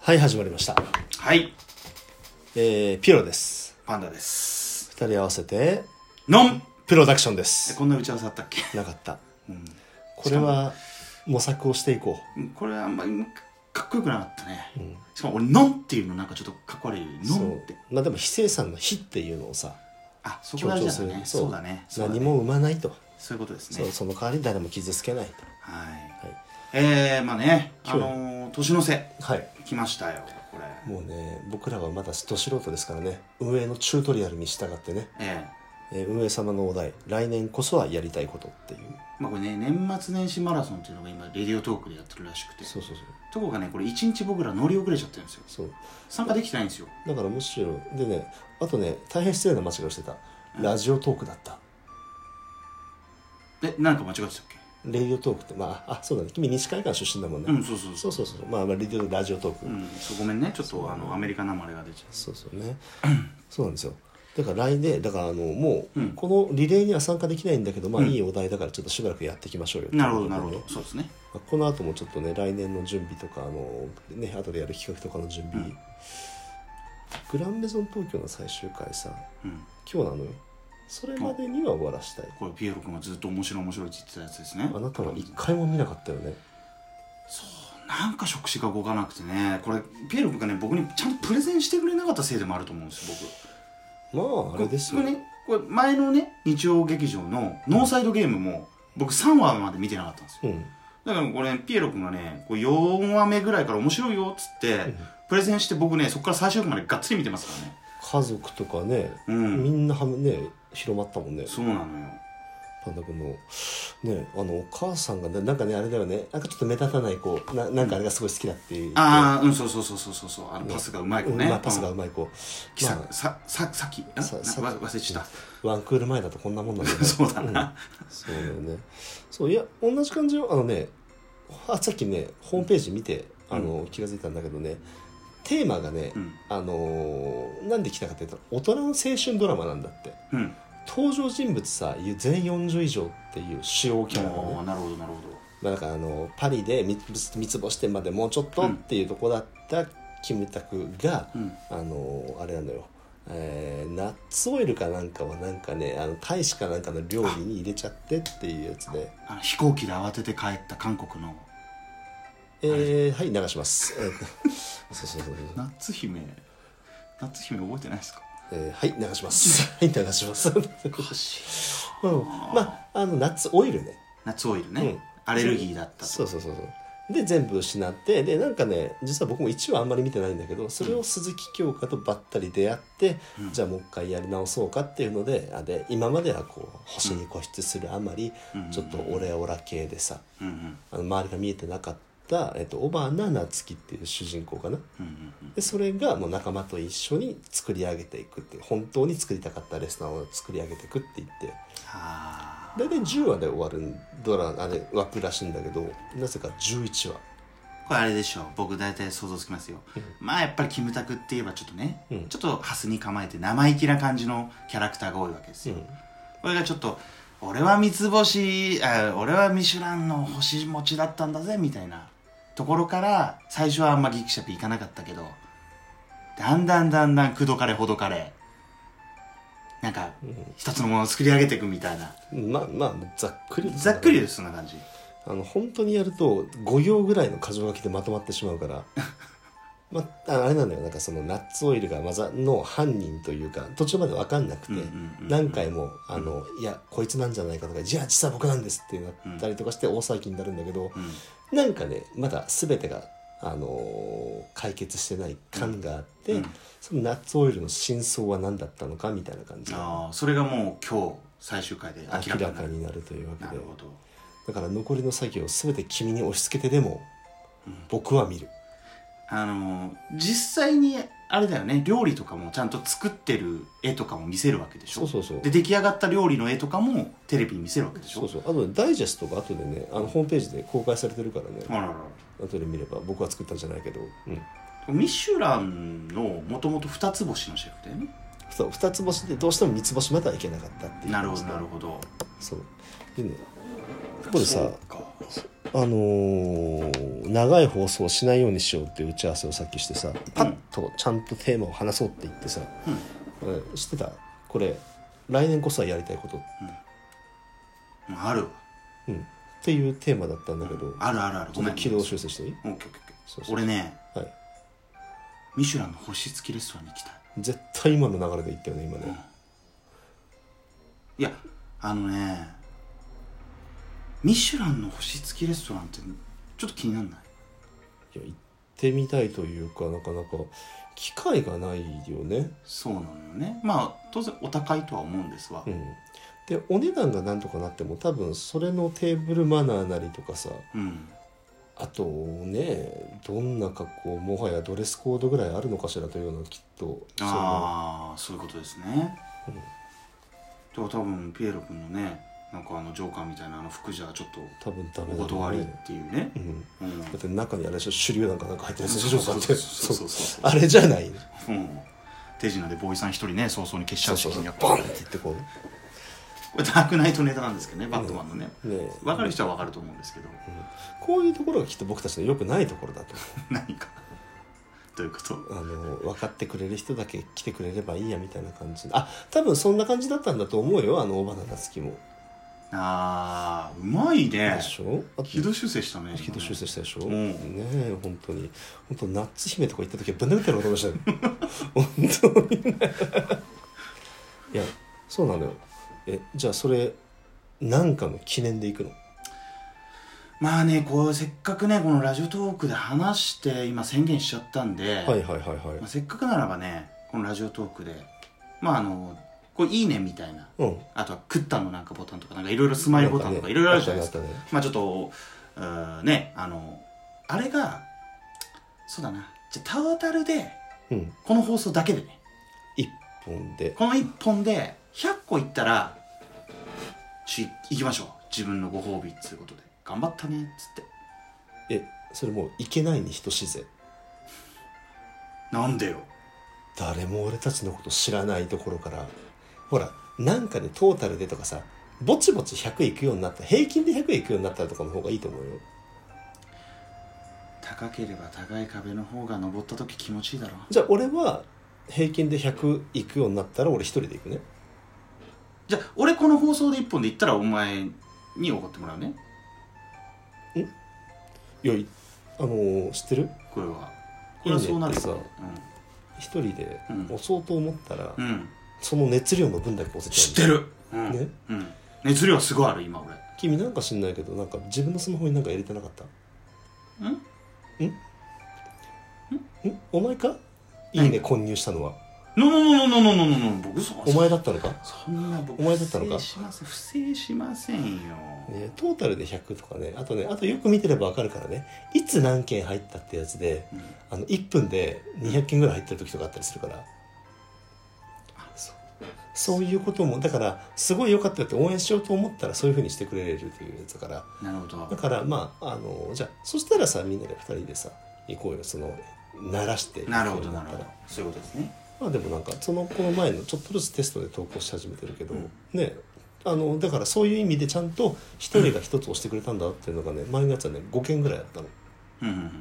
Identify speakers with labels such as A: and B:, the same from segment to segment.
A: はい、始まりました。
B: はい、
A: えー、ピロです。
B: パンダです。
A: 二人合わせて、
B: のん
A: プロダクションで
B: え
A: す。
B: こんな打ち合わせあったっけ、
A: なかった。
B: うん
A: これは、模索をしていこ
B: うんこれはあんまりかっこよくなかったね。
A: う。うん、
B: しかも俺、のんっていうのなんかちょっとかっこ悪い。の
A: そ
B: ん
A: う
B: って。。
A: まあでも、非生産の非っていうのをさ、
B: あ、そこ大事だ
A: 強
B: ね。
A: 調する
B: そうだね。そうだね
A: 何も生まないと。
B: そういうことです
A: そ
B: ね
A: う。その代わり誰も傷つけない
B: は
A: は
B: い。
A: い
B: えー、まあね、
A: 今
B: あ
A: 日
B: のー、年の瀬、
A: と。はい。
B: 来ましたよ、これ。
A: もうね、僕らはまだど素人ですからね、運営のチュートリアルに従ってね、
B: え
A: えー運営様のお題、来年こそはやりたいことっていう。
B: ー、まあこれね、年末年始マラソンっていうのが今、レディオトークでやってるらしくて。
A: そうそうそう。
B: ところがね、これ一日僕ら乗り遅れちゃってるんですよ。
A: そう
B: 参加できてないんですよ。
A: だからむしろでねあとね大変失礼な間違いをしてたラジオトークだった
B: え、なんか間違ってたっけ
A: レディオトークってまああそうだね君西海岸出身だもんね、
B: うん、そうそうそう
A: そ。うそうそうまあ、まあ、レディオラジオトーク、
B: うん、そうごめんねちょっとあのアメリカなまれが出ちゃ
A: そうそうねそうなんですよだから来年だからあのもう、
B: うん
A: このリレーには参加できないんだけどまあ、
B: うん
A: いいお題だからちょっとしばらくやっていきましょうよ
B: うなるほど
A: とい
B: な
A: う
B: る
A: こ
B: ほ
A: とで
B: どそうですね
A: まあこの後もちょっとね来年の準備とかあのね後でやる企画とかの準備、
B: うん
A: グランメゾン東京の最終回さ
B: うん
A: 今日なのよそれまでには終わらしたい
B: これピエロ君がずっと面白い面白いって言ってたやつですね
A: あなたは一回も見なかったよね。
B: なんか触手が動かなくてねこれピエロ君がね僕にちゃんとプレゼンしてくれなかったせいでもあると思うんですよ
A: まあ、あ
B: 僕
A: れですよ
B: これ。ねこれ前のね日曜劇場の「ノーサイドゲーム」も僕3話まで見てなかったんですよ
A: うん。
B: だからこれ、ピエロ君がねこう4話目ぐらいから面白いよっつって、プレゼンして僕ねそこから最終回までがっつり見てますからね
A: 家族とかね、
B: うん
A: みんなはね、広まったもんね。
B: そうなのよ
A: パンダ君の。ね、あの、お母さんがね、なんかね、あれだよね、なんかちょっと目立たない子、ななんかあれがすごい好きだっていう。
B: ああうんそうそうそうそうそうそうあのパスがうまい子ね、
A: まあ、パスが
B: う
A: うんまい子。
B: きさ
A: まあ
B: さささきあ
A: さ
B: な
A: さ
B: わ忘れちゃっ
A: ワンクール前だとこんなもんなんだよね。
B: た そうだな、
A: そうだよね。そういや同じ感じよあのねあさっきねホームページ見てあの、気が付いたんだけどねテーマがね、
B: うん
A: あのーなんで来たかっていうと大人の青春ドラマなんだって
B: うん
A: 登場人物さ全40以上っていう主要キャラが
B: お
A: ね
B: ーなるほどなるほ
A: まあ、なんかあのパリで三つ三つ星店までもうちょっとっていうとこだったキムタクが、
B: うん
A: あのあれなのよ、えーナッツオイルかなんかはなんかねあの大使かなんかの料理に入れちゃってっていうやつで、
B: どあの飛行機で慌てて帰った韓国の
A: えー、はい流します、えー そうそうそうそう、
B: 夏姫夏姫覚えてないですか
A: えー、はい流します はい流します、うん、
B: おかしい
A: まああのナッツオイルね
B: 夏オイルね、
A: うん
B: アレルギーだったと
A: そうそうそうそうで全部失ってでなんかね実は僕も1話あんまり見てないんだけどそれを鈴木京香とばったり出会って、
B: うん
A: じゃあもう一回やり直そうかっていうのであで今まではこう星に固執するあまり、
B: うん
A: ちょっとオレオラ系でさ
B: うんうん
A: あの周りが見えてなかった、えっと、小花夏樹っていう主人公かな
B: うんうんうん
A: でそれがもう仲間と一緒に作り上げていくっていう本当に作りたかったレストランを作り上げていくって言って
B: あー
A: 大体10話で終わるドラあれ枠らしいんだけどなぜか11話。
B: これあれでしょう僕大体想像つきますよ、まあやっぱりキムタクって言えばちょっとね、
A: うん
B: ちょっとハスに構えて生意気な感じのキャラクターが多いわけですよ、
A: うん
B: これがちょっと俺は三つ星あ俺はミシュランの星持ちだったんだぜみたいなところから最初はあんまギクシャクいかなかったけどだんだんだんだん口説かれほどかれなんか一つのものを作り上げていくみたいな、
A: まあまあざっくり
B: ざっくりですそんな感じ
A: あの本当にやると5行ぐらいの箇条書きでまとまってしまうから まああれなんだよなんかそのナッツオイルがまざの犯人というか途中まで分かんなくて、
B: うんうんうんうん
A: 何回も「あのいやこいつなんじゃないか」とか「じゃあ実は僕なんです」ってなったりとかして大騒ぎになるんだけど、
B: うん
A: なんかねまだ全てが、あのー解決してない感があって、
B: うん
A: そのナッツオイルの真相は何だったのかみたいな感じが
B: ああそれがもう今日最終回で明
A: 明
B: ら
A: らか
B: かに
A: になるというわけ
B: な
A: で。
B: るほど
A: だから残りの作業を全て君に押し付けてでも僕は見る、
B: あの実際にあれだよね料理とかもちゃんと作ってる絵とかも見せるわけでし
A: そ
B: ょ
A: うそうそう
B: で出来上がった料理の絵とかもテレビに見せるわけでしょ
A: そうそうあとねダイジェストが後でねあのホームページで公開されてるからね、
B: あらら
A: 後で見れば僕は作ったんじゃないけど、うん、
B: ミシュランのもともと二つ星のシェフだよね
A: そう二つ星でどうしても三つ星まではいけなかったっていう
B: なるほどなる
A: ど
B: ほど
A: そうでねここでさ
B: そうか
A: あのー長い放送をしないようにしようっていう打ち合わせをさっきしてさパッとちゃんとテーマを話そうって言ってさ、うん知ってたこれ来年こそはやりたいこと、
B: あるわ
A: うん、っていうテーマだったんだけど、
B: あるあるある
A: ち
B: ご
A: ょっ
B: め
A: と
B: ん
A: 軌道修正していい、
B: オッケーオッケーオッケー
A: そうそう
B: 俺ね
A: はい、
B: ミシュランの星付きレストランに行きたい
A: 絶対今の流れで言ったよね今ね、
B: いやあのねミシュランの星付きレストランってちょっと気になんな
A: い
B: い
A: や行ってみたいというかなかなか機会がないよね、
B: そうなのよねまあ当然お高いとは思うんですわ
A: うん、でお値段がなんとかなっても多分それのテーブルマナーなりとかさ
B: うん
A: あとねどんな格好もはやドレスコードぐらいあるのかしらというのはきっと
B: ああそういうことですね、でも多分ピエロ君のねなんかあのジョーカーみたいなあの服じゃちょっと
A: そういうの多分ダメ
B: お
A: だろ
B: 断
A: う
B: りっ
A: ね
B: ていうね、
A: うん、
B: うん
A: だって中にあれでしょ手榴弾かなんか入ってるやつでしょ
B: そうそう
A: ジョーカーって
B: そうそうそう
A: そうあれじゃない
B: うん手品でボーイさん一人ね早々に決
A: そ
B: 勝
A: うそう
B: 式
A: そう
B: にやっ
A: ボ
B: ぱ
A: ンって言ってこ
B: これダークナイトネタなんですけどねバットマンのね、
A: うね
B: 分かる人は分かると思うんですけど、
A: こういうところがきっと僕たちの良くないところだと
B: 何かどういうこと
A: あの分かってくれる人だけ来てくれればいいやみたいな感じあ多分そんな感じだったんだと思うよあの小花夏樹も、
B: ああうまいね
A: でしょあと
B: 軌道修正したね
A: ひど修正したでしょ、
B: うん
A: ねえ本当に本当ナッツ姫とか行った時はぶん殴ってやろうと思いましたよ 本当にねいやそうなのよえじゃあそれなんかの記念で行くの
B: まあねこうせっかくねこのラジオトークで話して今宣言しちゃったん
A: は
B: で、
A: いはいはいはい
B: まあ、せっかくならばねこのラジオトークでまああのこれいいねみたいな
A: うん
B: あとはクッタのなんかボタンとかなんかいろいろスマイルボタンとかいろいろあるじゃないですか
A: あったねあっ
B: まあちょっとうーねあのあれがそうだなじゃあタオタルで
A: たねうん
B: この放送だけでね
A: 一本で
B: この1本で100個いったらし行きましょう自分のご褒美っつうことで頑張ったねっつって
A: えそれもう行けないに等しいぜ
B: なんでよ
A: 誰も俺たちのこと知らないところからほらなんかでトータルでとかさぼちぼち100いくようになった平均で100いくようになったらとかの方がいいと思うよ
B: 高ければ高い壁の方が登った時気持ちいいだろ
A: じゃあ俺は平均で100いくようになったら俺一人で行くね
B: じゃあ俺この放送で1本で行ったらお前に怒ってもらうね
A: いやいあのー知ってる
B: これはこれはそうなる
A: いいね
B: よ
A: って一人で
B: うん
A: 押そうと思ったら、
B: うん、うん、
A: その熱量の分だけ押せ
B: 知っ
A: ちゃ
B: て
A: う
B: る、うん
A: ね
B: うん、熱量すごいある今俺
A: 君なんか知んないけどなんか自分のスマホになんか入れてなかった
B: うん
A: んお前かいい
B: 何
A: ね混入したのは
B: ののののののののの僕そ
A: お前だったのか
B: そんな僕
A: お前だったのか
B: 不正しません不正しませんよ、
A: ね、トータルで100とかねあとねあとよく見てれば分かるからねいつ何件入ったってやつで
B: うん
A: あの1分で200件ぐらい入ってる時とかあったりするからそうそういうこともだからすごい良かったよって応援しようと思ったらそういうふうにしてくれるというやつだから
B: なるほど
A: だからまああのじゃあそしたらさみんなで2人でさ行こうよその鳴らして
B: なるほどなる
A: 行こうよだっ
B: ほど
A: たら
B: そういうことですね
A: まあでもなんかそのこの前のちょっとずつテストで投稿し始めてるけど、
B: うん
A: ねあのだからそういう意味でちゃんと一人が一つ押してくれたんだっていうのがね前のやつはね5件ぐらいあったのだ
B: うんうんうんうん
A: か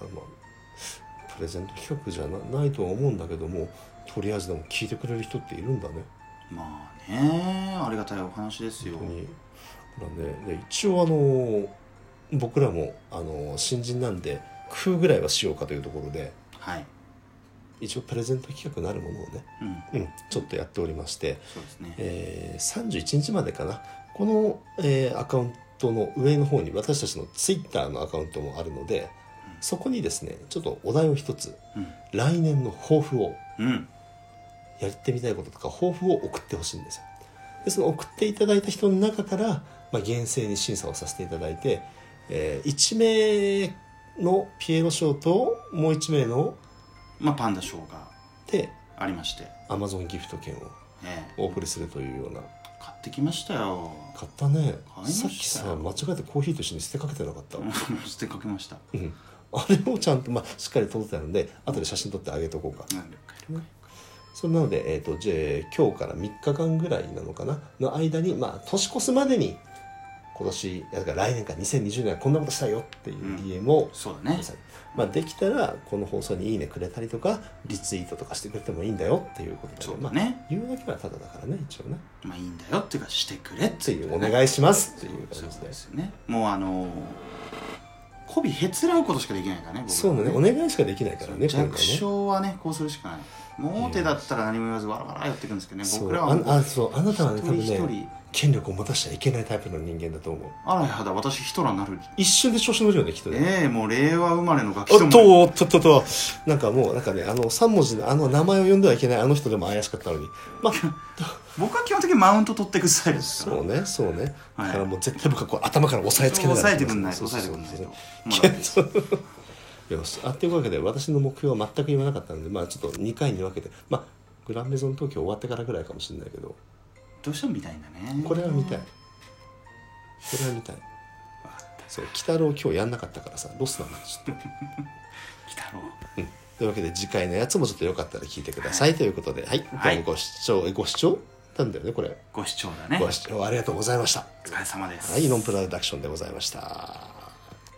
A: らまあプレゼント企画じゃなないとは思うんだけどもとりあえずでも聞いてくれる人っているんだね
B: まあねありがたいお話ですよ
A: 本当にほらねで一応あの僕らもあの新人なんで工夫ぐらいはしようかというところで
B: はい
A: 一応プレゼント企画なるものをね、
B: うん
A: うん、ちょっとやっておりまして
B: そうですね
A: えー、31日までかなこの、えーアカウントの上の方に私たちのツイッターのアカウントもあるのでそこにですねちょっとお題を一つ来年の抱負を
B: うん、うん、
A: やってみたいこととか抱負を送ってほしいんですよでその送っていただいた人の中から、まあ、厳正に審査をさせていただいて、え1名のピエロ賞ともう1名の
B: まあパンダ賞が
A: で
B: ありまして
A: アマゾンギフト券を
B: ええ
A: お送りするというような
B: 買ってきましたよ
A: 買ったね
B: 買いました
A: さ
B: よ
A: っきさ間違えてコーヒーと一緒に捨てかけてなかった、
B: 捨てかけました
A: うんあれをちゃんと、まあ、しっかり撮ってたので後で写真撮ってあげとこうか
B: 何で
A: それなので、えー、とじゃあ今日から3日間ぐらいなのかなの間に、まあ、年越すまでに今年いやだから来年か2020年はこんなことしたいよっていう DM を
B: そうだ
A: く
B: ね
A: ださい、まあ、できたらこの放送に「いいね」くれたりとかリツイートとかしてくれてもいいんだよっていうことで
B: そう
A: ま
B: だ
A: あ、
B: ね
A: 言うだけはただだからね一応ね
B: まあいいんだよっていうかしてくれっ
A: つ
B: て
A: い
B: いう
A: お
B: い
A: 願いしますっていう
B: そう
A: 感じで
B: ですよねもうあのー媚びへつらうことしかできないからね僕ら
A: そうだねお願いしかできないからね今回
B: 弱
A: ね
B: 小はねこうするしかないもう手だったら何も言わずわらわらやっていくんですけどね
A: そう
B: 僕らは
A: あ
B: もう
A: あそうあなたはね多分
B: 一人一
A: ね
B: 人
A: 権力を持たしちゃいけないタイプの人間だと思う
B: あらやだ私ヒトラーになる
A: 一瞬で調子乗るよねきっとね
B: ええもう令和生まれのガキ
A: おっ
B: ども
A: とおっとっとっとなんかもうなんかねあの3文字のあの名前を呼んではいけないあの人でも怪しかったのにまあ
B: 僕は基本的にマウント取っていくスタイルですから
A: そうねそうね、
B: はい
A: だからもう絶対僕はこう頭から押さえつけなが
B: 抑
A: ら
B: えてくんない
A: そう
B: 抑
A: そう
B: えて
A: そ
B: く
A: うん
B: ないと
A: けどよしあっていうわけで私の目標は全く言わなかったのでまあちょっと2回に分けてまあグランメゾン東京終わってからぐらいかもしれないけど
B: どうしても見たいんだね
A: これは見たい
B: わ
A: これは見たい
B: かった
A: そう鬼太郎今日やんなかったからさロスなんだちょっと
B: 来たろう
A: というわけで次回のやつもちょっとよかったら聞いてください、ということではい、
B: はい
A: どうもご視聴えご視聴なんだよねこれ
B: ご視聴だね
A: ご視聴ありがとうございました
B: お疲れ様です
A: はいノンプロダクションでございました